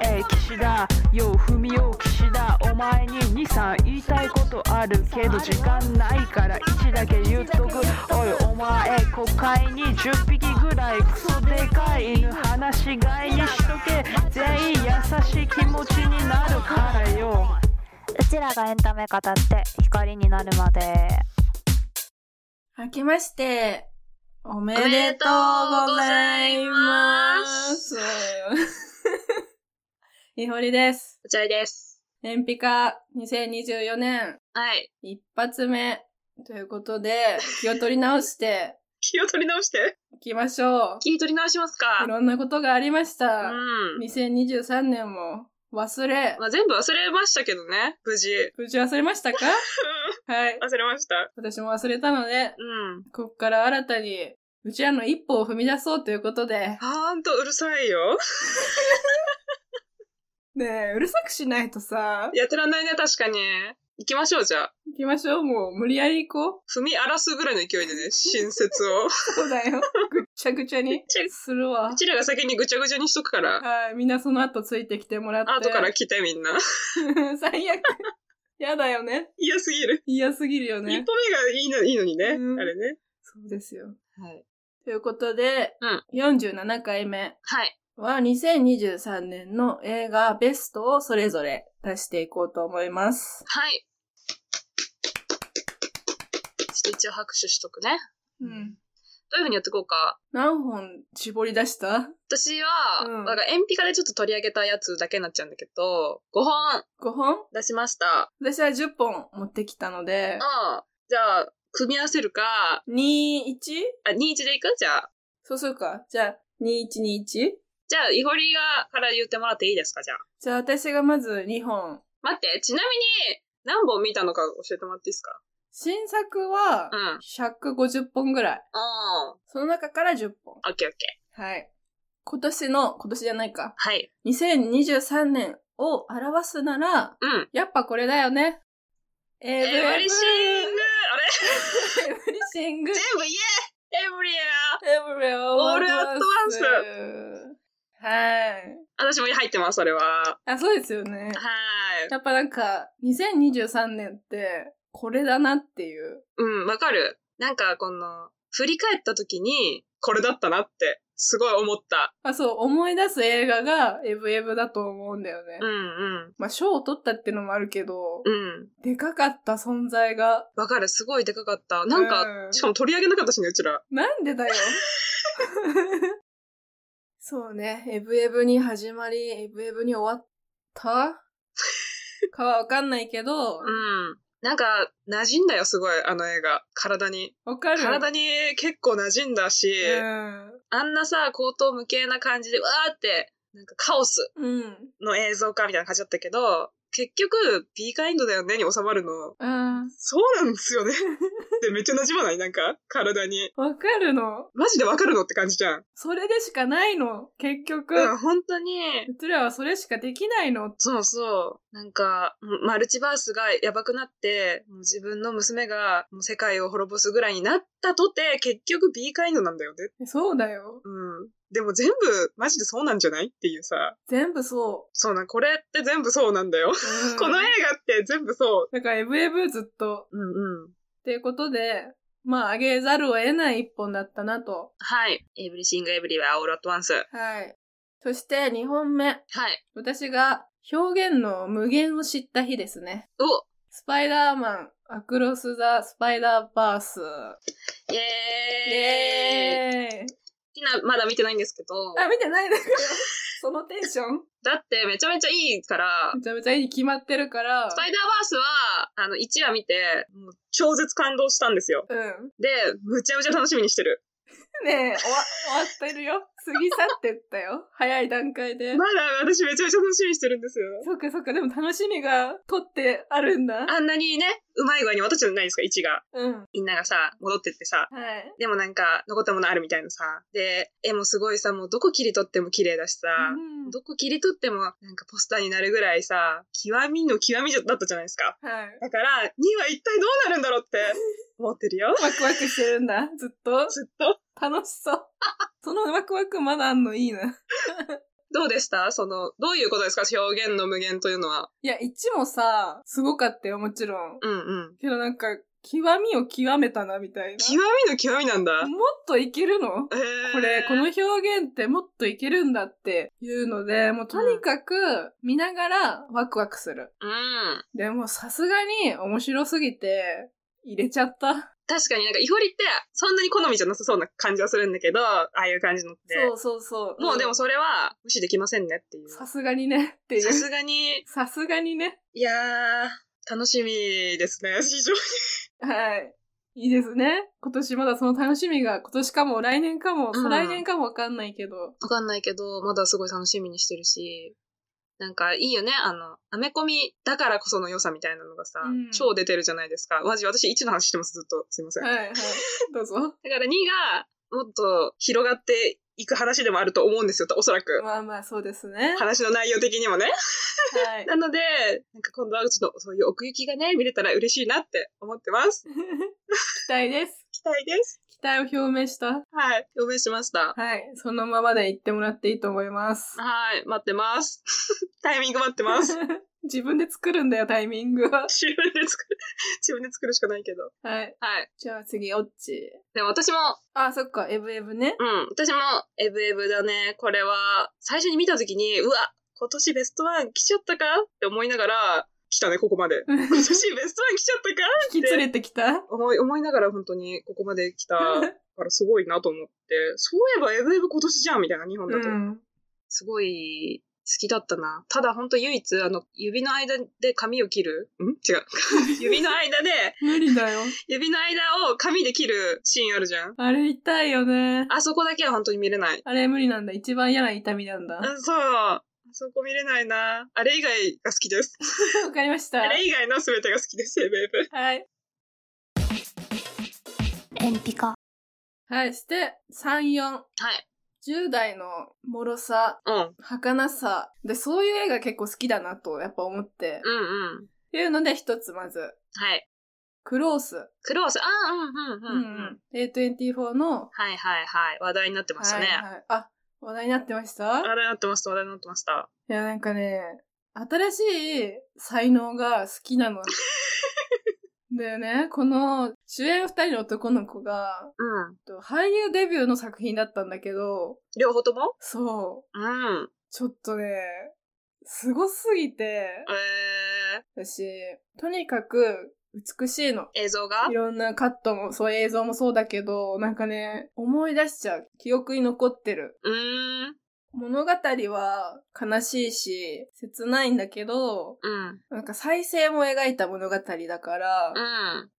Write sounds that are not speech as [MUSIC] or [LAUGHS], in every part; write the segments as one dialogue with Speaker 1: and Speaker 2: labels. Speaker 1: 岸田よう踏みよう岸田お前に23言いたいことあるけど時間ないから1だけ言っとくおいお前国会に10匹ぐらいクソでかい犬放し飼いにしとけ全員優しい気持ちになるからよ
Speaker 2: うちらがエンタメ語って光になるまで。
Speaker 3: 明けまして、おめでとうございます。いほりです。
Speaker 4: こちらです。
Speaker 3: 燃費化2024年
Speaker 4: はい。
Speaker 3: 一発目ということで、気を取り直して
Speaker 4: 気を取り直して。
Speaker 3: いきましょう。
Speaker 4: 気取り直します
Speaker 3: い
Speaker 4: か。
Speaker 3: ろんなことがありまし
Speaker 4: う
Speaker 3: た。
Speaker 4: ん。
Speaker 3: 2023年も忘れ
Speaker 4: ま、あ、全部忘れましたけどね、無事。
Speaker 3: 無事忘れましたかはい。
Speaker 4: 忘れました。
Speaker 3: 私も忘れたので、
Speaker 4: うん。
Speaker 3: ここから新たに、うちらの一歩を踏み出そうということで、
Speaker 4: はーんとうるさいよ。
Speaker 3: ねえ、うるさくしないとさ、
Speaker 4: やってらんないね、確かに。行きましょう、じゃあ。
Speaker 3: 行きましょう、もう。無理やり行こう。
Speaker 4: 踏み荒らすぐらいの勢いで [LAUGHS] ね、新説を。
Speaker 3: そうだ
Speaker 4: [LAUGHS]
Speaker 3: よ。ぐっちゃぐちゃに
Speaker 4: ちゃぐ
Speaker 3: するわ
Speaker 4: う。ちらが先にぐちゃぐちゃにしとくから、
Speaker 3: はい、みんなその後ついてきてもらって。
Speaker 4: 後から来てみんな。
Speaker 3: [LAUGHS] 最悪。やだよね。
Speaker 4: 嫌すぎる。
Speaker 3: 嫌すぎるよ
Speaker 4: 一
Speaker 3: ね。
Speaker 4: 歩目がいいのいいのにね、
Speaker 3: うん
Speaker 4: あれね。
Speaker 3: そうですよ。
Speaker 4: はい。
Speaker 3: ということで、
Speaker 4: うん
Speaker 3: 47回目
Speaker 4: はい。
Speaker 3: は2023年の映画ベストをそれぞれ出していこうと思います。
Speaker 4: はい。ちょっと一応拍手しとくね。
Speaker 3: うん。
Speaker 4: どういう風にやっていこうか。
Speaker 3: 何本絞り出した
Speaker 4: 私は、
Speaker 3: うん
Speaker 4: なんか、鉛筆でちょっと取り上げたやつだけになっちゃうんだけど、5本
Speaker 3: ?5 本
Speaker 4: 出しました。
Speaker 3: 私は10本持ってきたので、
Speaker 4: うん。じゃあ、組み合わせるか、
Speaker 3: 2、1?
Speaker 4: あ、21でいくじゃあ。
Speaker 3: そうするか。じゃあ、2121?
Speaker 4: じゃあ、イホリが、から言ってもらっていいですか、じゃあ。
Speaker 3: じゃあ私がまず2本。
Speaker 4: 待って、ちなみに、何本見たのか教えてもらっていいですか
Speaker 3: 新作は
Speaker 4: うん。
Speaker 3: 150本ぐらい。
Speaker 4: うん。
Speaker 3: その中から10本。
Speaker 4: オッケーオッケー。
Speaker 3: はい。今年の、今年じゃないか。
Speaker 4: はい。
Speaker 3: 2023年を表すなら、
Speaker 4: うん。
Speaker 3: やっぱこれだよね。エ
Speaker 4: エブリシングあれ
Speaker 3: エブリシ
Speaker 4: [LAUGHS]
Speaker 3: ング。
Speaker 4: 全部言えエブリや
Speaker 3: エブリオ
Speaker 4: All at once
Speaker 3: はい。
Speaker 4: 私も入ってます、それは。
Speaker 3: あ、そうですよね。
Speaker 4: はい。
Speaker 3: やっぱなんか、2023年って、これだなっていう。
Speaker 4: うん、わかる。なんか、この、振り返った時に、これだったなって、すごい思った。
Speaker 3: あ、そう、思い出す映画が、エブエブだと思うんだよね。
Speaker 4: うんうん。
Speaker 3: まあ、賞を取ったっていうのもあるけど、
Speaker 4: うん。
Speaker 3: でかかった存在が。
Speaker 4: わかる。すごいでかかった。なんか、
Speaker 3: うん
Speaker 4: しかも取り上げなかったしね、うちら。
Speaker 3: なんで
Speaker 4: [LAUGHS]
Speaker 3: だよ。そうね、エブエブに始まり、エブエブに終わったかはわかんないけど、
Speaker 4: うん。なんか、馴染んだよ、すごい、あの映画。体に。
Speaker 3: わかる。
Speaker 4: 体に結構馴染んだし、あんなさ、口頭無形な感じで、わーって、なんかカオス
Speaker 3: うん。うん。
Speaker 4: の映像化みたいな感じだったけど、結局、ビーカインドだよねに収まるの。
Speaker 3: あ
Speaker 4: そうなんですよ [LAUGHS] ね。で、めっちゃ馴染まないなんか、体に。
Speaker 3: あ、わかるの。
Speaker 4: マジでわかるのって感じじゃん。
Speaker 3: それでしかないの、結局。
Speaker 4: うん、本当に。
Speaker 3: うちらはそれしかできないの。
Speaker 4: そうそう。なんか、もうマルチバースがやばくなって、もう自分の娘がもう世界を滅ぼすぐらいになったとて、結局 B カインドなんだよね。
Speaker 3: そうだよ。
Speaker 4: うん。でも全部、マジでそうなんじゃないっていうさ。
Speaker 3: 全部そ
Speaker 4: そうなん、これって全部そうなんだよ。
Speaker 3: う。
Speaker 4: この映画って全部そ
Speaker 3: だから、エブエブずっと。
Speaker 4: う。うんうん。
Speaker 3: っていうことで、まあ、あげざるを得ない一本だったなと。
Speaker 4: はい。エブリシングエブリはオールアットワンス。は
Speaker 3: はい。そして、2本目。
Speaker 4: い。
Speaker 3: 私が、表現の無限を知った日ですね。
Speaker 4: お
Speaker 3: スパイダーマン、アクロス・ザ・スパイダーバース。
Speaker 4: イ
Speaker 3: イ
Speaker 4: エーイ
Speaker 3: ェーイ
Speaker 4: みんなまだ見てないんですけど、
Speaker 3: あ、見てないのかよ。 [LAUGHS] そのテンション
Speaker 4: だってめちゃめちゃいいから、
Speaker 3: めちゃめちゃいいに決まってるから
Speaker 4: ス。パイダーバースは、あの、1話見て、もう超絶感動したんですよ。
Speaker 3: うん。
Speaker 4: で、むちゃむちゃ楽しみにしてる。
Speaker 3: ねえ、終わ、終わってるよ。過ぎ去ってったよ。早い段階で
Speaker 4: ま。だ私めちゃめちゃ楽しみにしてるんですよ。
Speaker 3: そっかそっか、でも楽しみが取ってあるんだ。
Speaker 4: あんなにね、うまい具合に私じゃないですか、1が。
Speaker 3: うん。は
Speaker 4: みんながさ、戻ってってさ。
Speaker 3: い。
Speaker 4: でもなんか、残ったものあるみたいなさ。で、絵もすごいさ、もうどこ切り取っても綺麗だしさ。
Speaker 3: うん
Speaker 4: どこ切り取ってもなんかポスターになるぐらいさ、極みの極みだったじゃないですか。
Speaker 3: はい。。
Speaker 4: だから、2は一体どうなるんだろうって思ってるよ
Speaker 3: ワクワクしてるんだ。 [LAUGHS] ずっと。
Speaker 4: ずっと。
Speaker 3: [LAUGHS] 楽しそう。そのワクワクまだあんのいいな。 [LAUGHS]
Speaker 4: どうでしたその、どういうことですか表現の無限というのは。
Speaker 3: いや、1もさ、すごかったよ、もちろん。
Speaker 4: うんうん。
Speaker 3: けどなんか、極みを極めたな、みたい
Speaker 4: 極
Speaker 3: な。
Speaker 4: みの極みなんだ。
Speaker 3: もっといけるの
Speaker 4: えー
Speaker 3: これ、この表現ってもっといけるんだっていうので、もうとにかく見ながらワクワクする。
Speaker 4: うん。
Speaker 3: でもさすがに面白すぎて入れちゃった。
Speaker 4: 確かになんか、イホリって、そんなに好みじゃなさそうな感じはするんだけど、ああいう感じのって。
Speaker 3: そうそうそう。
Speaker 4: もうでもそれは無視できませんねっていう。
Speaker 3: さすがにねってい
Speaker 4: さ
Speaker 3: う。
Speaker 4: すがに、
Speaker 3: さすがにね。
Speaker 4: いやー、楽しみですね、 [LAUGHS] 非常に。
Speaker 3: はい。いいですね。今年まだその楽しみが今年かも来年かも、
Speaker 4: うん
Speaker 3: 再来年かもわかんないけど。
Speaker 4: わかんないけど、まだすごい楽しみにしてるし、なんかいいよね、あの、アメコミだからこその良さみたいなのがさ、
Speaker 3: うん
Speaker 4: 超出てるじゃないですか。マジ、私1の話してます、ずっと。すいません。
Speaker 3: はいはい。どう
Speaker 4: [LAUGHS]
Speaker 3: ぞ。
Speaker 4: だから2が、もっと広がっていく話でもあると思うんですよ、おそらく。
Speaker 3: まあまあそうですね。は
Speaker 4: 話の内容的にもね。
Speaker 3: い。
Speaker 4: なので、なんか今度はちょっとそういう奥行きがね、見れたら嬉しいなって思ってます。
Speaker 3: 期待です。
Speaker 4: 期待です。
Speaker 3: 期待を表明した。
Speaker 4: はい。表明しました。
Speaker 3: はい。そのままで言ってもらっていいと思います。
Speaker 4: はい、待ってます。 [LAUGHS] タイミング待ってます。
Speaker 3: [LAUGHS] 自分で作るんだよ、タイミングは。
Speaker 4: 自分で作る、自分で作るしかないけど。
Speaker 3: はい。
Speaker 4: はい。
Speaker 3: じゃあ次、オッチ。
Speaker 4: でも私も、
Speaker 3: あ、そっか、エブエブ
Speaker 4: [LAUGHS]
Speaker 3: ね。
Speaker 4: うん、私も、エブエブだね。これは、最初に見た時に、うわ、今年ベストワン来ちゃったかって思いながら、来たね、ここまで。今 [LAUGHS] 年ベストワン来ちゃったか
Speaker 3: 引き連れてきた。
Speaker 4: 思い、思いながら本当にここまで来た
Speaker 3: [LAUGHS]
Speaker 4: からすごいなと思って、そういえばエブエブ今年じゃんみたいな、日本だ
Speaker 3: う
Speaker 4: と。
Speaker 3: ん。
Speaker 4: すごい好きだったな。ただ本当唯一、あの、指の間で髪を切るん違う。 [LAUGHS] 指の間で、
Speaker 3: 無理だよ。
Speaker 4: 指の間を髪で切るシーンあるじゃん。
Speaker 3: あれ痛いよね。
Speaker 4: あそこだけは本当に見れない。
Speaker 3: あれ無理なんだ。一番嫌な痛みなんだ。
Speaker 4: あ
Speaker 3: わ
Speaker 4: そう。あそこ見れないな。あれ以外が好きです。
Speaker 3: かりました。
Speaker 4: あ
Speaker 3: は
Speaker 4: れ以外の全てが好きです、エブエブ。
Speaker 3: い。
Speaker 2: エンピカ
Speaker 3: はい、して、3、4。
Speaker 4: はい。
Speaker 3: 10代の脆さ、
Speaker 4: うん。
Speaker 3: 儚さ。で、そういう映画結構好きだなと、やっぱ思って。っ
Speaker 4: うんうん。
Speaker 3: ていうので、一つまず。
Speaker 4: はい。
Speaker 3: クロース。
Speaker 4: クロース。ああ、うんうんうん。うん、
Speaker 3: A24 の。
Speaker 4: はいはいはい。話題になってましたね。
Speaker 3: はいはい。あ、話題になってました
Speaker 4: 話題になってました、話題になってました。
Speaker 3: いや、なんかね、新しい才能が好き
Speaker 4: [LAUGHS]
Speaker 3: なの。でね、この主演二人の男の子が、
Speaker 4: うん。
Speaker 3: と俳優デビューの作品だったんだけど、
Speaker 4: 両方とも
Speaker 3: そう、
Speaker 4: うん。
Speaker 3: ちょっとね、すごすぎて、
Speaker 4: え
Speaker 3: 私、とにかく美しいの。
Speaker 4: ー、映像が
Speaker 3: いろんなカットも、そう映像もそうだけど、なんかね、思い出しちゃう。記憶に残ってる。
Speaker 4: うーん。
Speaker 3: 物語は悲しいし、切ないんだけど、
Speaker 4: うん。
Speaker 3: なんか再生も描いた物語だから、
Speaker 4: うん。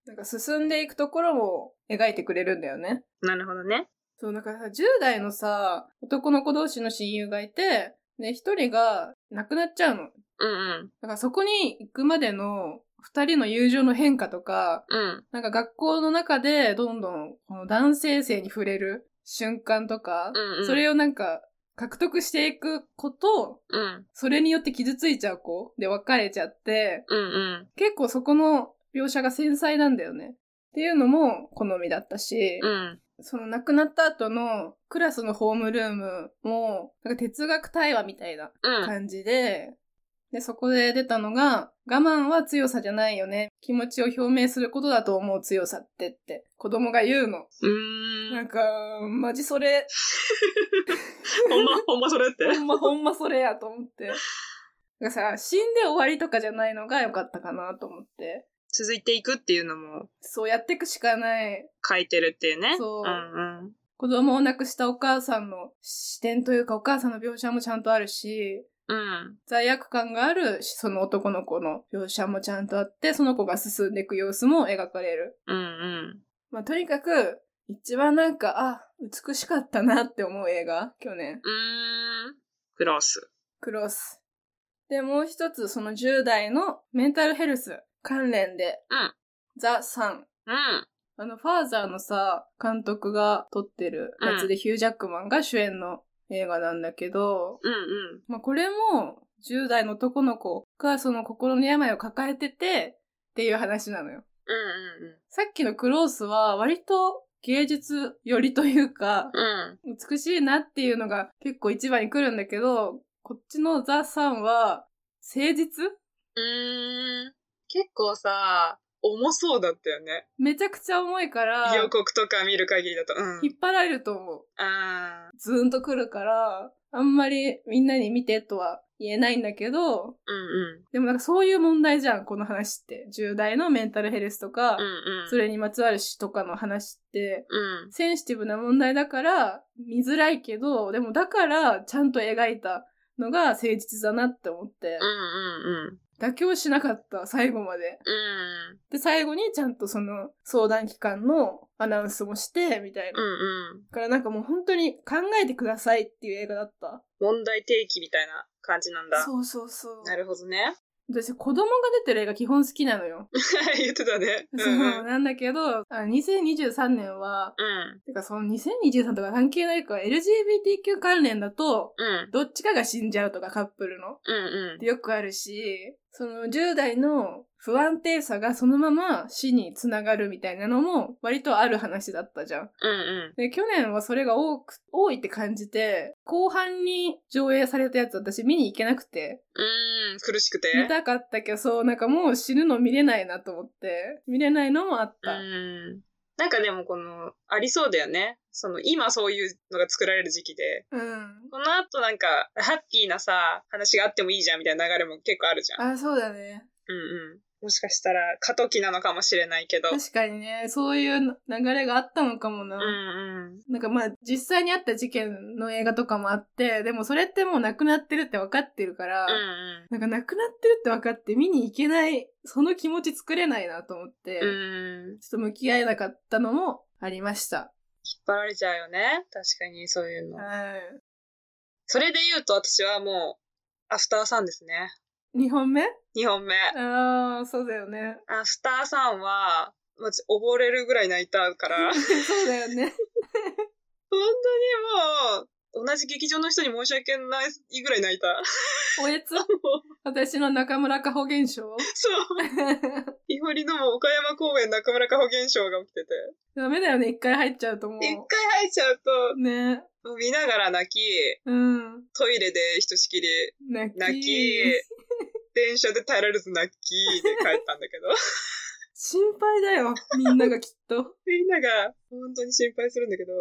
Speaker 3: なんか進んでいくところも描いてくれるんだよね。
Speaker 4: なるほどね。
Speaker 3: そう、だからさ、10代のさ、男の子同士の親友がいて、で、一人が亡くなっちゃうの。
Speaker 4: うんうん。
Speaker 3: だからそこに行くまでの二人の友情の変化とか、
Speaker 4: うん。
Speaker 3: なんか学校の中でどんどんこの男性性に触れる瞬間とか、
Speaker 4: うんうん
Speaker 3: それをなんか獲得していくこと、
Speaker 4: うん。
Speaker 3: それによって傷ついちゃう子で別れちゃって、
Speaker 4: うんうん。
Speaker 3: 結構そこの描写が繊細なんだよね。っていうのも好みだったし、
Speaker 4: うん。
Speaker 3: その亡くなった後のクラスのホームルームも、なんか哲学対話みたいな
Speaker 4: うん。
Speaker 3: 感じで、で、そこで出たのが、我慢は強さじゃないよね。気持ちを表明することだと思う強さってって、子供が言うの。
Speaker 4: う
Speaker 3: な
Speaker 4: ー
Speaker 3: ん
Speaker 4: ん。
Speaker 3: か、マジそれ、
Speaker 4: ほんま、ほんまそれって。
Speaker 3: ほんま、ほんまそれやと思
Speaker 4: [LAUGHS]
Speaker 3: って。なんかさ、死んで終わりとかじゃないのが良かったかなと思って。
Speaker 4: 続いていくっていうのも
Speaker 3: そうやっていくしかない。
Speaker 4: 書いてるっていうね。
Speaker 3: そう
Speaker 4: うんうん。
Speaker 3: 子供を亡くしたお母さんの視点というか、お母さんの描写もちゃんとあるし、
Speaker 4: うん。
Speaker 3: 罪悪感があるその男の子の描写もちゃんとあって、その子が進んでいく様子も描かれる。
Speaker 4: うんうん。
Speaker 3: まあ、とにかく、一番なんか、あ、美しかったなって思う映画、去年。
Speaker 4: うーん。クロス。
Speaker 3: クロス。で、もう一つ、その10代のメンタルヘルス関連で、
Speaker 4: うん
Speaker 3: ザ・サン。
Speaker 4: うん。
Speaker 3: あの、ファーザーのさ、監督が撮ってるやつで、ヒュー・ジャックマンが主演の映画なんだけど、
Speaker 4: うんうん。
Speaker 3: まあ、これも、10代の男の子がその心の病を抱えてて、っていう話なのよ。
Speaker 4: うんうんうん。
Speaker 3: さっきのクロースは割と芸術寄りというか、
Speaker 4: うん。
Speaker 3: 美しいなっていうのが結構一番に来るんだけど、こっちのザ・さんは、誠実
Speaker 4: うーん。結構さ、重そうだったよね。
Speaker 3: めちゃくちゃ重いから、
Speaker 4: 予告とか見る限りだと。うん。
Speaker 3: 引っ張られると思う。
Speaker 4: あー
Speaker 3: ズーンと来るから、あんまりみんなに見てとは言えないんだけど、
Speaker 4: うんうん。
Speaker 3: でもなんかそういう問題じゃん、この話って。重大のメンタルヘルスとか、
Speaker 4: うんうん。
Speaker 3: それにまつわる死とかの話って、
Speaker 4: うん。
Speaker 3: センシティブな問題だから見づらいけど、でもだからちゃんと描いたのが誠実だなって思って
Speaker 4: う、んうんうん。
Speaker 3: 妥協しなかった、最後まで。
Speaker 4: うん。
Speaker 3: で、最後にちゃんとその相談機関のアナウンスもして、みたいな。だ
Speaker 4: うんうん。
Speaker 3: からなんかもう本当に考えてくださいっていう映画だった。
Speaker 4: 問題提起みたいな感じなんだ。
Speaker 3: そうそうそう。
Speaker 4: なるほどね。
Speaker 3: 私、子供が出てる映画基本好きなのよ。
Speaker 4: [LAUGHS] 言ってたね。う
Speaker 3: そうん
Speaker 4: うん。
Speaker 3: なんだけど、あ2023年は、
Speaker 4: うん。
Speaker 3: てかその2023とか関係ないから LGBTQ 関連だと、
Speaker 4: うん。
Speaker 3: どっちかが死んじゃうとかカップルの。
Speaker 4: うんうん。
Speaker 3: よくあるし、その10代の不安定さがそのまま死につながるみたいなのも割とある話だったじゃん。
Speaker 4: うん
Speaker 3: で、去年はそれが多く、多いって感じて、後半に上映されたやつ私見に行けなくて、
Speaker 4: うん。うん。苦しくて。
Speaker 3: 見たかったけど、そう、なんかもう死ぬの見れないなと思って、見れないのもあった。
Speaker 4: うん。なんかでもこの、ありそうだよね。その、今そういうのが作られる時期で、
Speaker 3: うん。
Speaker 4: この後なんか、ハッピーなさ、話があってもいいじゃんみたいな流れも結構あるじゃん。
Speaker 3: あ、そうだね。
Speaker 4: うんうん。もしかしたら、過渡期なのかもしれないけど。
Speaker 3: 確かにね、そういう流れがあったのかもな。
Speaker 4: うんうん。
Speaker 3: なんかまあ、実際にあった事件の映画とかもあって、でもそれってもうなくなってるって分かってるから、
Speaker 4: うんうん。
Speaker 3: なんかなくなってるって分かって見に行けない、その気持ち作れないなと思って、
Speaker 4: うん。引っ
Speaker 3: ちょっと向き合えなかったのもありました。
Speaker 4: 張られちゃうよね。確かに、そういうの。
Speaker 3: は
Speaker 4: それで言うと、私はもう、アフターさんですね。
Speaker 3: い。2本目
Speaker 4: 2本目。
Speaker 3: ああ、そうだよね。 [LAUGHS]
Speaker 4: アフターさんは、まじ溺れるぐらい泣いた
Speaker 3: [LAUGHS]
Speaker 4: から。
Speaker 3: そうだよね。
Speaker 4: 本当にもう、同じ劇場の人に申し訳ないぐらい泣いた。 [LAUGHS]
Speaker 3: おえつ私の中村かほ現象 [LAUGHS]
Speaker 4: そう。いほりのも岡山公園中村かほ現象が起きてて。
Speaker 3: ダメだよね、一回入っちゃうとも
Speaker 4: 一
Speaker 3: う。
Speaker 4: 回入っちゃうと、
Speaker 3: ね。
Speaker 4: もう見ながら泣き、
Speaker 3: うん。
Speaker 4: トイレでひとしきり
Speaker 3: 泣き。
Speaker 4: 泣き、電車で耐えられず泣きで帰ったんだけど。 [LAUGHS]
Speaker 3: 心配だよ、みんながきっと。
Speaker 4: みんなが本当に心配するんだけど。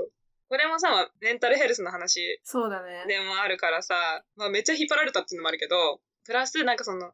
Speaker 4: これもさ、メンタルヘルスの話
Speaker 3: そうだね。
Speaker 4: でもあるからさ、まあめっちゃ引っ張られたっていうのもあるけど、プラスなんかその、もう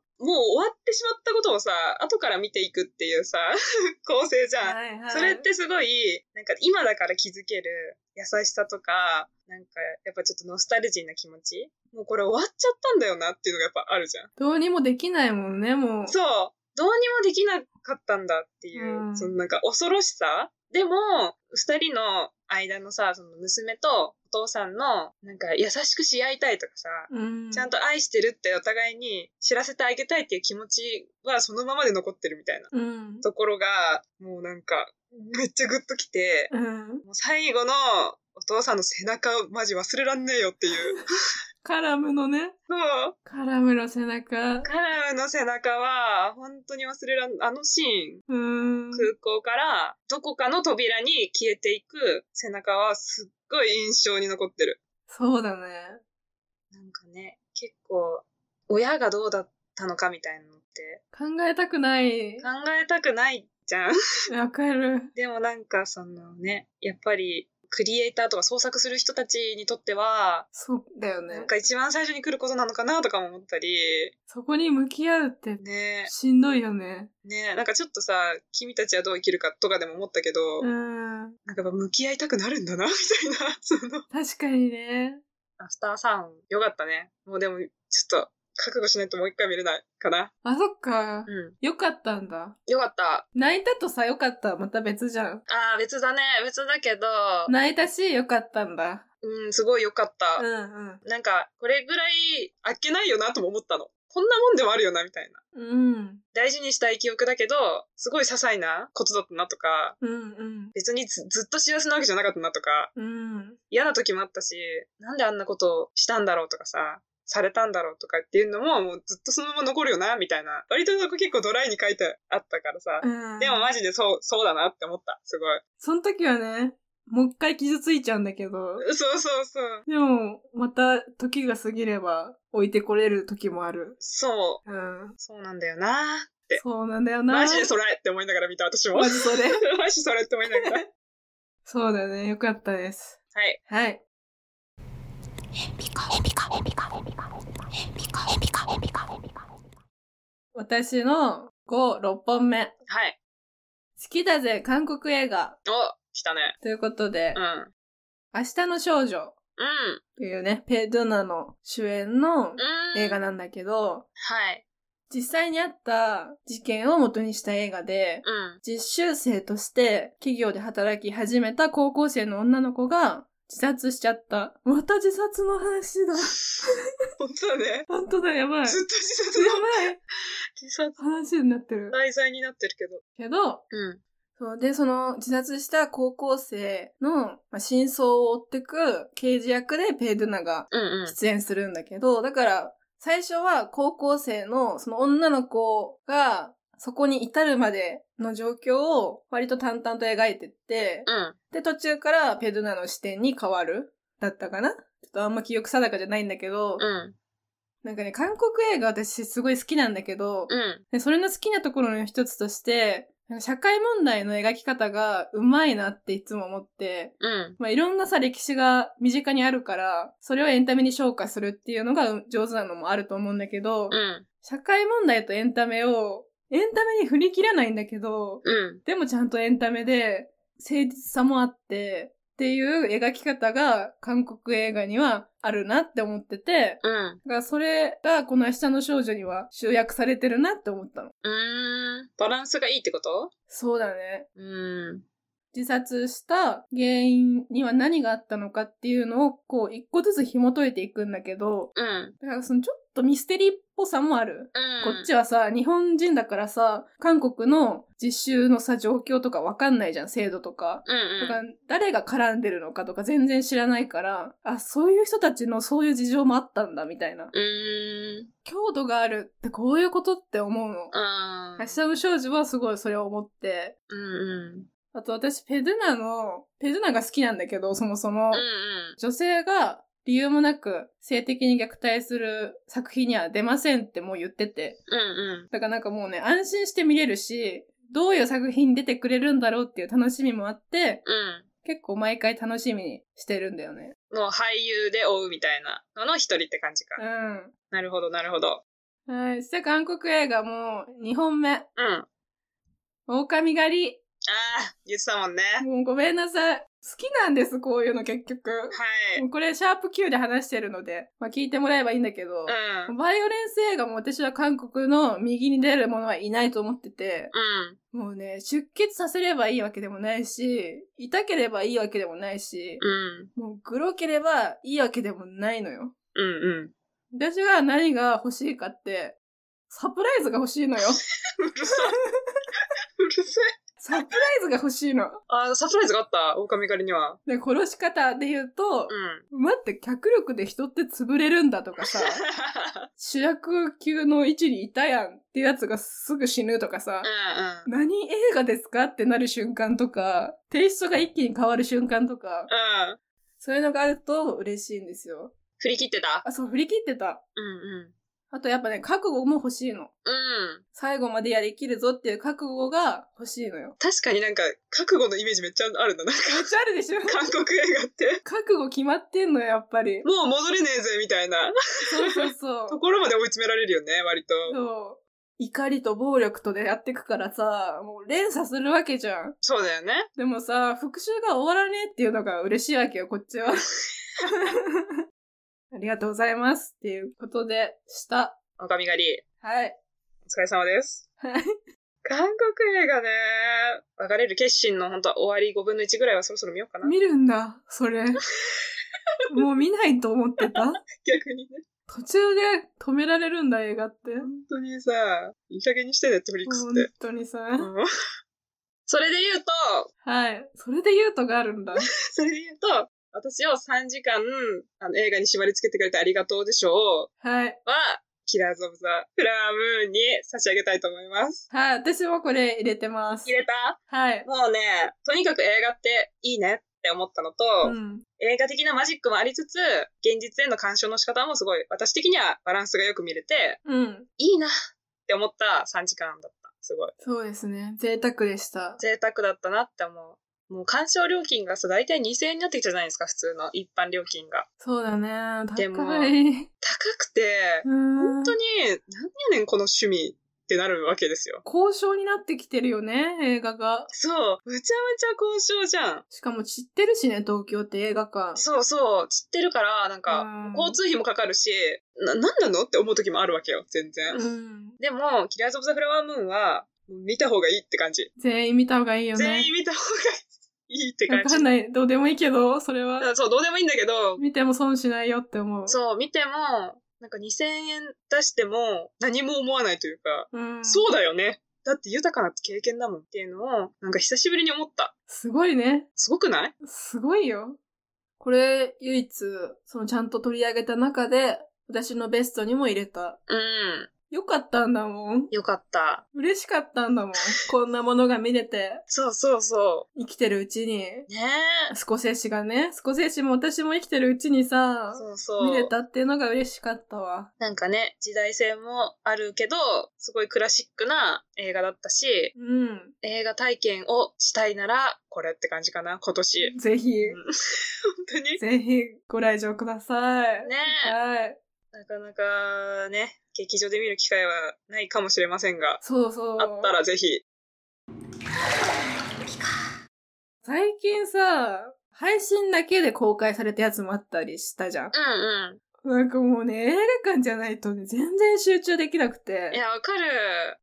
Speaker 4: 終わってしまったことをさ、後から見ていくっていうさ、 [LAUGHS] 構成じゃん。
Speaker 3: はいはい。
Speaker 4: それっ、てすごい、なんか今だから気づける優しさとか、なんかやっぱちょっとノスタルジーな気持ちもうこれ終わっちゃったんだよなっていうのがやっぱあるじゃん。
Speaker 3: どうにもできないもんね、もう。
Speaker 4: そうどうにもできなかったんだっていう、
Speaker 3: うん
Speaker 4: そのなんか恐ろしさでも、二人の間のさ、その娘とお父さんの、なんか優しくし合いたいとかさ、
Speaker 3: うん。
Speaker 4: ちゃんと愛してるってお互いに知らせてあげたいっていう気持ちはそのままで残ってるみたいな
Speaker 3: うん。
Speaker 4: ところが、もうなんか、めっちゃグッときて、
Speaker 3: うん。
Speaker 4: もう最後のお父さんの背中マジ忘れらんねえよっていう。 [LAUGHS]
Speaker 3: カラムのね。
Speaker 4: そう。
Speaker 3: カラムの背中。
Speaker 4: カラムの背中は本当に忘れらん、あのシーン、
Speaker 3: うん。
Speaker 4: 空港からどこかの扉に消えていく背中はすっごい印象に残ってる。
Speaker 3: そうだね。
Speaker 4: なんかね、結構親がどうだったのかみたいなのって
Speaker 3: 考えたくない。
Speaker 4: 考えたくないじゃん。 [LAUGHS]
Speaker 3: わかる。
Speaker 4: でもなんかそのね、やっぱりクリエイターとか創作する人たちにとっては、
Speaker 3: そうだよ
Speaker 4: な
Speaker 3: ね
Speaker 4: ん。か一番最初に来ることなのかなとかも思ったり、
Speaker 3: そこに向き合うって
Speaker 4: ね
Speaker 3: しんどいよね。
Speaker 4: ねなんかちょっとさ、君たちはどう生きるかとかでも思ったけど、
Speaker 3: うん。
Speaker 4: なんかやっぱ向き合いたくなるんだな、み [LAUGHS] たいな。その、
Speaker 3: 確かにね。
Speaker 4: アフターサウン、よかったね。もうでも、ちょっと、覚悟しないともう一回見れないかな。
Speaker 3: あ、そっか
Speaker 4: う。ん。
Speaker 3: よかったんだ。
Speaker 4: よかった。
Speaker 3: 泣いたとさ、よかった。また別じゃん。
Speaker 4: あー、別だね。別だけど、
Speaker 3: 泣いたし、よかったんだ。
Speaker 4: うん、すごいよかった。
Speaker 3: うん
Speaker 4: なんか、これぐらい、あっけないよな、とも思ったの。こんなもんでもあるよな、みたいな。
Speaker 3: うん。うん。
Speaker 4: 大事にしたい記憶だけど、すごい些細なことだったなとか、
Speaker 3: うんうん。
Speaker 4: 別にずずっと幸せなわけじゃなかったなとか、
Speaker 3: うん。
Speaker 4: 嫌な時もあったし、なんであんなことをしたんだろうとかさ、されたんだろうとかっていうのも、もうずっとそのまま残るよな、みたいな。割とそこ結構ドライに書いてあったからさ。
Speaker 3: うん。
Speaker 4: でもマジでそう、そうだなって思った。すごい。
Speaker 3: その時はね、もう一回傷ついちゃうんだけど、
Speaker 4: そうそうそう。
Speaker 3: でも、また時が過ぎれば置いてこれる時もある。
Speaker 4: そう。
Speaker 3: うん。
Speaker 4: そうなんだよな。
Speaker 3: そうなんだよな。
Speaker 4: マジでそれって思いながら見た、私も。
Speaker 3: マジそれ。
Speaker 4: [LAUGHS] マジそれって思いながら。
Speaker 3: そうだね。よかったです。
Speaker 4: はい。
Speaker 3: はい。私の5、6本目。好
Speaker 4: はい。
Speaker 3: きだぜ、韓国映画。
Speaker 4: お、来たね。
Speaker 3: ということで、
Speaker 4: うん。うん。
Speaker 3: 明日の少女というね、ペ・ドゥナの主演の
Speaker 4: うん。
Speaker 3: 映画なんだけど、
Speaker 4: はい。
Speaker 3: 実際にあった事件を元にした映画で、
Speaker 4: うん。
Speaker 3: 実習生として企業で働き始めた高校生の女の子が自殺しちゃった。また自殺の話 [LAUGHS] だ。
Speaker 4: 本当だね。
Speaker 3: 本当だ、やばい。や
Speaker 4: ずっと自殺の、
Speaker 3: ばい
Speaker 4: 自殺
Speaker 3: 話になってる。
Speaker 4: 題材になってるけど。
Speaker 3: けど、
Speaker 4: うん。
Speaker 3: そうで、その自殺した高校生の、まあ、真相を追ってく刑事役でペイドゥナが
Speaker 4: うんうん。
Speaker 3: 出演するんだけど、だから最初は高校生のその女の子がそこに至るまでの状況を割と淡々と描いてって、
Speaker 4: うん。
Speaker 3: で、途中からペイドゥナの視点に変わる、だったかなちょっとあんま記憶定かじゃないんだけど、
Speaker 4: うん。
Speaker 3: なんかね、韓国映画私すごい好きなんだけど、
Speaker 4: うん。
Speaker 3: で、それの好きなところの一つとして、なんか社会問題の描き方がうまいなっていつも思って、
Speaker 4: うん。
Speaker 3: まあ、いろんなさ、歴史が身近にあるから、それをエンタメに昇華するっていうのがう上手なのもあると思うんだけど、
Speaker 4: うん。
Speaker 3: 社会問題とエンタメを、エンタメに振り切らないんだけど、
Speaker 4: うん。
Speaker 3: でもちゃんとエンタメで、誠実さもあって、っていう描き方が韓国映画にはあるなって思ってて、
Speaker 4: うん。
Speaker 3: だからそれがこの明日の少女には集約されてるなって思ったの。
Speaker 4: うーん。バランスがいいってこと
Speaker 3: そうだね。
Speaker 4: うん。
Speaker 3: 自殺した原因には何があったのかっていうのを、こう、一個ずつ紐解いていくんだけど、
Speaker 4: うん。
Speaker 3: だからそのちょっとミステリーっぽさもある。
Speaker 4: うん。
Speaker 3: こっちはさ、日本人だからさ、韓国の実習のさ、状況とかわかんないじゃん、制度とか。
Speaker 4: うん
Speaker 3: だか
Speaker 4: う
Speaker 3: ら、誰が絡んでるのかとか全然知らないから、あ、そういう人たちのそういう事情もあったんだ、みたいな。
Speaker 4: ん。うーん。
Speaker 3: 強度があるってこういうことって思うの。
Speaker 4: あ
Speaker 3: 明日の少女はすごいそれを思って、
Speaker 4: うんうん。
Speaker 3: あと私、ペドゥナの、ペドゥナが好きなんだけど、そもそも
Speaker 4: うんう。ん。
Speaker 3: 女性が理由もなく性的に虐待する作品には出ませんってもう言ってて。
Speaker 4: うんうん。
Speaker 3: だからなんかもうね、安心して見れるし、どういう作品に出てくれるんだろうっていう楽しみもあって、
Speaker 4: うん。
Speaker 3: 結構毎回楽しみにしてるんだよね。
Speaker 4: の俳優で追うみたいなのの一人って感じか。なるほど、なるほど。
Speaker 3: うん。はい。そして韓国映画も2本目。
Speaker 4: うん。あ
Speaker 3: 狼狩り。
Speaker 4: あ、言ってたもんね。
Speaker 3: もうごめんなさい。好きなんです、こういうの結局。
Speaker 4: はい。
Speaker 3: もうこれ、シャープ Q で話してるので、まあ聞いてもらえばいいんだけど、
Speaker 4: うん。
Speaker 3: バイオレンス映画も私は韓国の右に出るものはいないと思ってて、
Speaker 4: うん。
Speaker 3: もうね、出血させればいいわけでもないし、痛ければいいわけでもないし、
Speaker 4: うん。
Speaker 3: もうグロければいいわけでもないのよ。
Speaker 4: うんうん。
Speaker 3: 私は何が欲しいかって、サプライズが欲しい
Speaker 4: [LAUGHS]
Speaker 3: のよ。
Speaker 4: うるさい。うるさい。
Speaker 3: サプライズが欲しいの。
Speaker 4: あ、サプライズがあった、狼狩りには。
Speaker 3: で、殺し方で言うと
Speaker 4: う、ん。
Speaker 3: 待って、脚力で人って潰れるんだとかさ、主役級の位置にいたやんってやつがすぐ死ぬとかさ、
Speaker 4: うんうん。
Speaker 3: 何映画ですかってなる瞬間とか、テイストが一気に変わる瞬間とか、
Speaker 4: うん。
Speaker 3: そういうのがあると嬉しいんですよ。
Speaker 4: 振り切ってた
Speaker 3: あ、そう、振り切ってた。
Speaker 4: うんうん。
Speaker 3: あとやっぱね、覚悟も欲しいの。
Speaker 4: うん。
Speaker 3: 最後までやりきるぞっていう覚悟が欲しいのよ。
Speaker 4: 確かになんか、覚悟のイメージめっちゃあるんだ。なんか、 [LAUGHS]
Speaker 3: めっちゃある [LAUGHS] でしょ
Speaker 4: 韓国映画って。
Speaker 3: 覚悟決まってんのよ、やっぱり。
Speaker 4: もう戻れねえぜ、みたいな。
Speaker 3: そうそう [LAUGHS] そう。
Speaker 4: ところまで追い詰められるよね、割と。
Speaker 3: そう。怒りと暴力とでやってくからさ、もう連鎖するわけじゃん。
Speaker 4: そうだよね。
Speaker 3: でもさ、復讐が終わらねえっていうのが嬉しいわけよ、こっちは。
Speaker 4: [LAUGHS]
Speaker 3: ありがとうございます。っていうことでした。
Speaker 4: 狼狩り、
Speaker 3: はい。
Speaker 4: お疲れ様です。
Speaker 3: はい
Speaker 4: 韓国映画ね、別れる決心の本当は終わり5分の1ぐらいはそろそろ見ようかな。
Speaker 3: 見るんだ、それ。もう見ないと思ってた
Speaker 4: 逆にね。
Speaker 3: 途中で止められるんだ、映画って。
Speaker 4: 本当にさ、いい加減にしてね、ネットフリックスっ
Speaker 3: 本
Speaker 4: て。
Speaker 3: 当にさ。
Speaker 4: うん [LAUGHS] それで言うと、
Speaker 3: はい。それで言うとがあるんだ。
Speaker 4: それで言うと、私を3時間、あの、映画に縛り付けてくれてありがとうでしょう
Speaker 3: はい。
Speaker 4: は、キラーズ・オブ・ザ・フラームーンに差し上げたいと思います。
Speaker 3: はい。私もこれ入れてます
Speaker 4: 入。れた
Speaker 3: はい。
Speaker 4: もうね、とにかく映画っていいねって思ったのと、
Speaker 3: うん。
Speaker 4: 映画的なマジックもありつつ、現実への干渉の仕方もすごい、私的にはバランスがよく見れて、
Speaker 3: うん。
Speaker 4: いいなって思った3時間だった。すごい。
Speaker 3: そうですね。贅沢でした。
Speaker 4: 贅沢だったなって思う。もう鑑賞料金がさ、大体2000円になってきたじゃないですか、普通の一般料金が。
Speaker 3: そうだね。
Speaker 4: でも
Speaker 3: 高い。
Speaker 4: 高くて、
Speaker 3: 本
Speaker 4: 本当に、何やねんこの趣味ってなるわけですよ。
Speaker 3: 交渉になってきてるよね、映画が。
Speaker 4: そう、むちゃむちゃ交渉じゃん。
Speaker 3: しかも知ってるしね、東京って映画館。
Speaker 4: そうそう、知ってるから、なんか、
Speaker 3: うん
Speaker 4: 交通費もかかるし、な、なんなのって思う時もあるわけよ、全然。
Speaker 3: うん。
Speaker 4: でも、キラーズ・オブ・ザ・フラワームーンは、見た方がいいって感じ。
Speaker 3: 全員見た方がいいよね。
Speaker 4: 全員見た方がいいって感
Speaker 3: わ
Speaker 4: じ。
Speaker 3: かんない。どうでもいいけど、それは。
Speaker 4: そう、どうでもいいんだけど、
Speaker 3: 見ても損しないよって思う。
Speaker 4: そう、見ても、なんか2000円出しても何も思わないというか、
Speaker 3: う。ん。
Speaker 4: そうだよね。だって豊かな経験だもんっていうのを、なんか久しぶりに思った。
Speaker 3: すごいね。
Speaker 4: すごくない
Speaker 3: すごいよ。これ、唯一、そのちゃんと取り上げた中で、私のベストにも入れた。
Speaker 4: うん。
Speaker 3: よかったんだもん。
Speaker 4: よかった。
Speaker 3: 嬉しかったんだもん。こんなものが見れて、
Speaker 4: そうそうそ
Speaker 3: 生きてるうちに。
Speaker 4: う。ねえ。
Speaker 3: スコセッシがね、スコセッシも私も生きてるうちにさ、
Speaker 4: そうそう。
Speaker 3: 見れたっていうのが嬉しかったわ。
Speaker 4: なんかね、時代性もあるけど、すごいクラシックな映画だったし、
Speaker 3: うん。
Speaker 4: 映画体験をしたいなら、これって感じかな、今年。
Speaker 3: ぜひ、
Speaker 4: うん本当に
Speaker 3: ぜひご来場ください。
Speaker 4: ねえ
Speaker 3: はい。
Speaker 4: なかなかね、劇場で見る機会はないかもしれませんが、
Speaker 3: そうそう。
Speaker 4: あったらぜひ。
Speaker 3: 最近さ、配信だけで公開されたやつもあったりしたじゃん。
Speaker 4: うんう
Speaker 3: なんかもうね、映画館じゃないとね、全然集中できなく
Speaker 4: い
Speaker 3: て、
Speaker 4: や、わかる。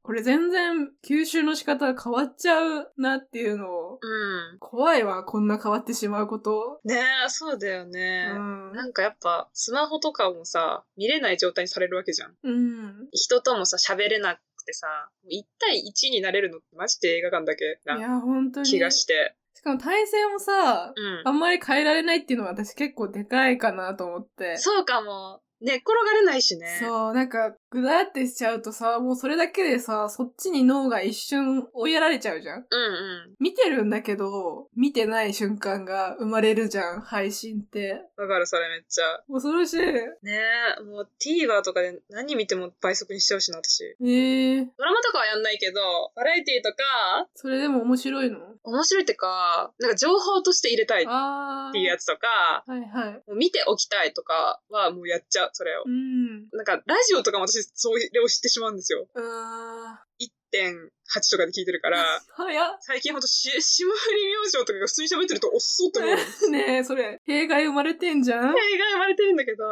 Speaker 3: これ全然吸収の仕方が変わっちゃうなっていうのを、
Speaker 4: うん。
Speaker 3: 怖いわ、こんな変わってしまうこと。
Speaker 4: ねえ、そうだよ
Speaker 3: う
Speaker 4: ね。
Speaker 3: ん。
Speaker 4: なんかやっぱ、スマホとかもさ、見れない状態にされるわけじゃん。
Speaker 3: うん。
Speaker 4: 人ともさ、喋れなくてさ、1対1になれるのってマジで映画館だけ
Speaker 3: い
Speaker 4: な
Speaker 3: や、本当に。
Speaker 4: 気がして。
Speaker 3: しかも体勢もさ、
Speaker 4: うん
Speaker 3: あ。んまり変えられないっていうのは私結構でかいかなと思って。
Speaker 4: そうかも。寝っ転がれないしね。
Speaker 3: そう、なんか、ぐだってしちゃうとさ、もうそれだけでさ、そっちに脳が一瞬追いやられちゃうじゃん
Speaker 4: うんう
Speaker 3: 見てるんだけど、見てない瞬間が生まれるじゃん、配信って。
Speaker 4: ん。わかる、それめっちゃ。
Speaker 3: 恐ろしい。
Speaker 4: ねえ、もう TVer とかで何見ても倍速にしちゃうしな、私。
Speaker 3: ええー、
Speaker 4: ドラマとかはやんないけど、バラエティとか、
Speaker 3: それでも面白いの
Speaker 4: 面白いってか、なんか情報として入れたいっ
Speaker 3: ああ。
Speaker 4: ていうやつとか、
Speaker 3: はいはい。
Speaker 4: もう見ておきたいとかはもうやっちゃう、それを
Speaker 3: う。ん。
Speaker 4: なんかラジオとかも私、それを知ってしまうんですよ。
Speaker 3: あ
Speaker 4: 1.8とかで聞いてるから
Speaker 3: ー。、早っ。
Speaker 4: 最近ほんとし、霜降り明星とかが普通に喋ってるとおっそって思う。
Speaker 3: [LAUGHS] ねえ、それ、弊害生まれてんじゃん
Speaker 4: 映画生まれてるんだけど、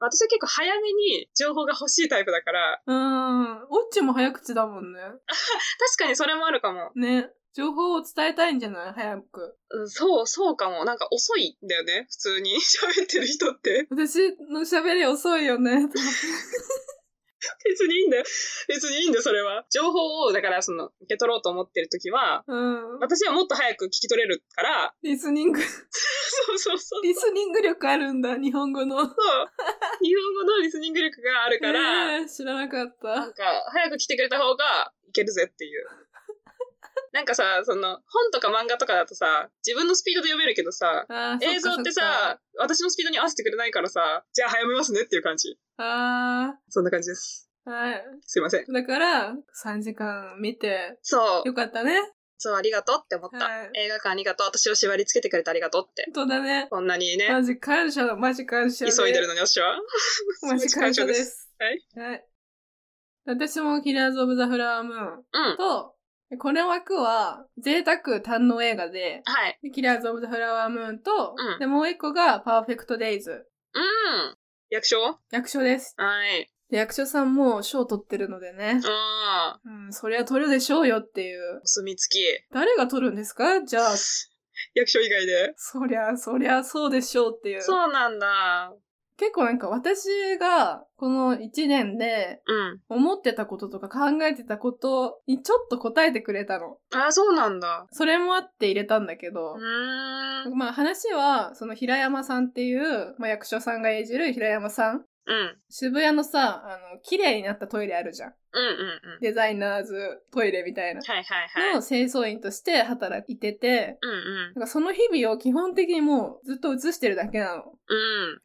Speaker 4: 私は結構早めに情報が欲しいタイプだから、
Speaker 3: うん。オッチも早口だもんね。
Speaker 4: 確かにそれもあるかも。
Speaker 3: ね。情報を伝えたいんじゃない早く。
Speaker 4: うんそう、そうかも。なんか遅いんだよね、普通に [LAUGHS] 喋ってる人って。
Speaker 3: 私の喋り遅いよ
Speaker 4: [LAUGHS]
Speaker 3: ね。
Speaker 4: 別にいいんだよ。別にいいんだよ、それは。情報を、だからその、受け取ろうと思ってる時は、
Speaker 3: うん。
Speaker 4: 私はもっと早く聞き取れるから、 [LAUGHS]
Speaker 3: リスニング、 [LAUGHS]
Speaker 4: そうそうそう。
Speaker 3: リスニング力あるんだ、日本語の。
Speaker 4: そう。日本語のリスニング力があるから、
Speaker 3: ねえ知らなかっ
Speaker 4: な
Speaker 3: た
Speaker 4: ん。か、早く来てくれた方がいけるぜっていう。 [LAUGHS] なんかさ、その、本とか漫画とかだとさ、自分のスピードで読めるけどさ、
Speaker 3: あー
Speaker 4: 映像って、
Speaker 3: そかそ
Speaker 4: さ、私のスピードに合わせてくれないからさ、じゃあ早めますねっていう感じ。
Speaker 3: かあ
Speaker 4: そんな感じです。
Speaker 3: あ、はい。
Speaker 4: すいません。
Speaker 3: だから、3時間見て、
Speaker 4: そう。
Speaker 3: よかったね。
Speaker 4: そう、ありがとうって思った。
Speaker 3: はい
Speaker 4: 映画館ありがとう。私を縛り付けてくれてありがとうって。
Speaker 3: 本当だね。
Speaker 4: こんなにね、
Speaker 3: マジ感謝だ、マジ感謝で。
Speaker 4: 急いでるのに私は。
Speaker 3: [LAUGHS] マジ感謝で
Speaker 4: [LAUGHS] す
Speaker 3: す。
Speaker 4: はい。
Speaker 3: はい。私もキラーズ・オブ・ザ・フラワームー
Speaker 4: ごい感謝
Speaker 3: ン
Speaker 4: です。
Speaker 3: と、この枠は、贅沢堪能映画で、
Speaker 4: うん。はい。
Speaker 3: キラーズ・オブ・ザ・フラワームーンと、
Speaker 4: うん
Speaker 3: で、もう一個が、パーフェクト・デイズ。
Speaker 4: うん。役所
Speaker 3: 役所です。
Speaker 4: はい。
Speaker 3: で役所さんも賞取ってるのでね。
Speaker 4: ああ。
Speaker 3: うん、そりゃ取るでしょうよっていう。
Speaker 4: お墨付き。
Speaker 3: 誰が取るんですかじゃあ、
Speaker 4: 役所以外で。
Speaker 3: そりゃ、そりゃ、そうでしょうっていう。
Speaker 4: そうなんだ。
Speaker 3: 結構なんか私がこの1年で
Speaker 4: うん。
Speaker 3: 思ってたこととか考えてたことにちょっと答えてくれたの。
Speaker 4: ああ、そうなんだ。
Speaker 3: それもあって入れたんだけど
Speaker 4: う、ーん。うん。
Speaker 3: まあ話はその平山さんっていう、まあ、役所さんが演じる平山さん。
Speaker 4: うん
Speaker 3: 渋谷のさ、あの、綺麗になったトイレあるじゃん。
Speaker 4: うんうん。
Speaker 3: デザイナーズトイレみたいな。
Speaker 4: はいはいはい。
Speaker 3: の清掃員として働いてて、
Speaker 4: うんうん。
Speaker 3: なんかその日々を基本的にもうずっと映してるだけな
Speaker 4: うん。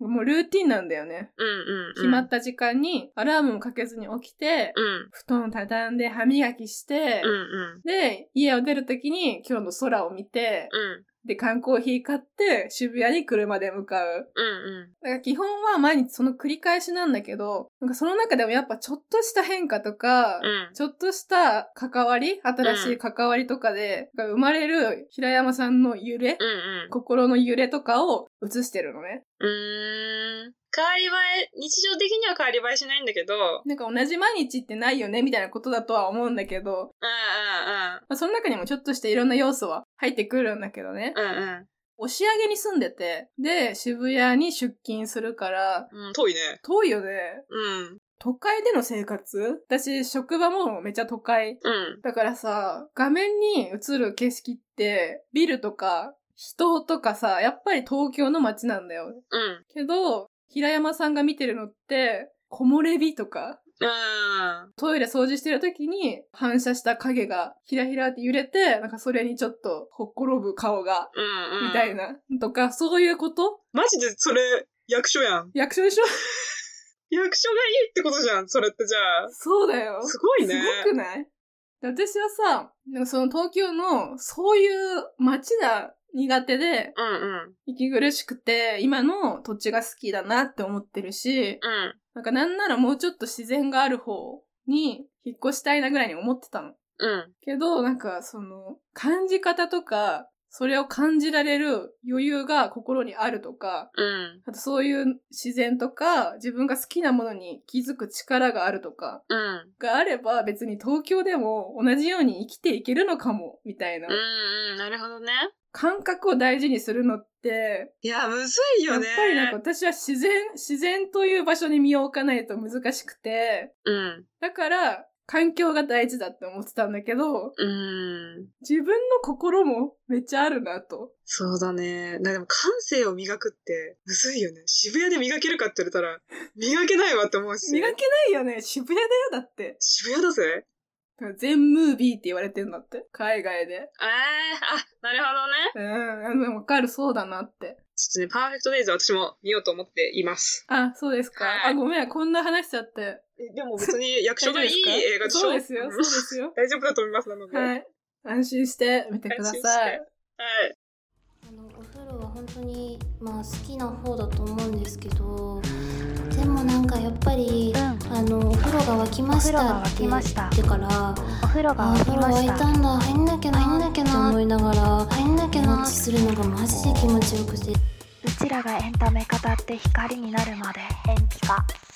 Speaker 3: の。もうルーティンなんだよね。
Speaker 4: うんうんうん。
Speaker 3: 決まった時間にアラームもかけずに起きて、
Speaker 4: うん。
Speaker 3: 布団を畳んで歯磨きして、
Speaker 4: うんうん。
Speaker 3: で、家を出るときに今日の空を見て、
Speaker 4: うん。
Speaker 3: で、缶コーヒー買って渋谷に車で向かう。
Speaker 4: うんうん。
Speaker 3: だから基本は毎日その繰り返しなんだけど、なんかその中でもやっぱちょっとした変化とか、
Speaker 4: うん。
Speaker 3: ちょっとした関わり、新しい関わりとかで、なんか生まれる平山さんの揺れ、
Speaker 4: うんうん。
Speaker 3: 心の揺れとかを映してるのね。
Speaker 4: うーん。変わり映え、日常的には変わり映えしないんだけど、うん
Speaker 3: なんか同じ毎日ってないよね、みたいなことだとは思うんだけど、まあ、その中にもちょっとしたいろんな要素は入ってくるんだけどね。
Speaker 4: うんうん。うん
Speaker 3: 押上に住んでて、で、渋谷に出勤するから、
Speaker 4: うん。うん、遠いね。
Speaker 3: 遠いよね。
Speaker 4: うん。
Speaker 3: 都会での生活私、職場もめっちゃ都会。
Speaker 4: うん。
Speaker 3: だからさ、画面に映る景色って、ビルとか、人とかさ、やっぱり東京の街なんだよ。
Speaker 4: うん。
Speaker 3: けど、平山さんが見てるのって、木漏れ日とか、
Speaker 4: うん。
Speaker 3: トイレ掃除してる時に反射した影がひらひらって揺れて、なんかそれにちょっとほっころぶ顔が、
Speaker 4: うんうん。
Speaker 3: みたい。な、とか、そういうこと
Speaker 4: マジでそれ、役所やん。
Speaker 3: 役所でしょ
Speaker 4: 役所がいいってことじゃん、それってじゃあ。
Speaker 3: そうだよ。
Speaker 4: すごいね。
Speaker 3: すごくないで私はさ、なんかその東京のそういう街が苦手で、
Speaker 4: うんうん。
Speaker 3: 息苦しくて、今の土地が好きだなって思ってるし、
Speaker 4: うん。
Speaker 3: なんかなんならもうちょっと自然がある方に引っ越したいなぐらいに思ってたの。
Speaker 4: うん。
Speaker 3: けど、なんかその、感じ方とか、それを感じられる余裕が心にあるとか、
Speaker 4: うん。
Speaker 3: あとそういう自然とか、自分が好きなものに気づく力があるとか、
Speaker 4: うん。
Speaker 3: があれば別に東京でも同じように生きていけるのかも、みたいな。
Speaker 4: うんうん。なるほどね。
Speaker 3: 感覚を大事にするのって、
Speaker 4: いや、むずい
Speaker 3: や
Speaker 4: よ
Speaker 3: っ
Speaker 4: ね。
Speaker 3: ぱりなんか私は自然、自然という場所に身を置かないと難しくて、
Speaker 4: うん。
Speaker 3: だから環境が大事だって思ってたんだけど、
Speaker 4: うん。
Speaker 3: 自分の心もめっちゃあるなと。
Speaker 4: そうだね。だでも感性を磨くって、むずいよね。渋谷で磨けるかって言われたら、磨けないわって思うし。
Speaker 3: 磨けないよね、渋谷だよ、だって。
Speaker 4: 渋谷だぜ。
Speaker 3: だから全ムービーって言われてんだって、海外で。
Speaker 4: ええあ、なるほどね。
Speaker 3: うん、でもわかる、そうだなって。
Speaker 4: ちょっとね、パーフェクトデイズは私も見ようと思っています。
Speaker 3: あ、そうですか。
Speaker 4: はい
Speaker 3: あ、ごめん、こんな話しちゃって。
Speaker 4: でも別に役所
Speaker 3: 大丈夫
Speaker 4: がい
Speaker 3: です
Speaker 4: い
Speaker 3: か
Speaker 4: 映画でしょ
Speaker 3: そうですよ、そうで
Speaker 4: ん
Speaker 3: すよ。
Speaker 4: 大丈夫だと思います、なので。
Speaker 3: は
Speaker 4: はい。
Speaker 3: い。安心して見てください。
Speaker 5: あのお風呂は本当にまあ好きな方だと思うんですけどでもなんかやっぱり
Speaker 2: うん
Speaker 5: あのお風呂が沸きましたっ
Speaker 2: お風呂が
Speaker 5: て言
Speaker 2: 沸きました
Speaker 5: ってから
Speaker 2: お風呂が
Speaker 5: あお
Speaker 2: 沸
Speaker 5: 風
Speaker 2: き
Speaker 5: 呂
Speaker 2: ま
Speaker 5: 沸
Speaker 2: し
Speaker 5: い
Speaker 2: た
Speaker 5: たんだ入んなきゃな入んなきゃなって思いながら入んなきゃなするのがマジで気持ちよくて
Speaker 2: うちらがエンタメ語って光になるまで延期か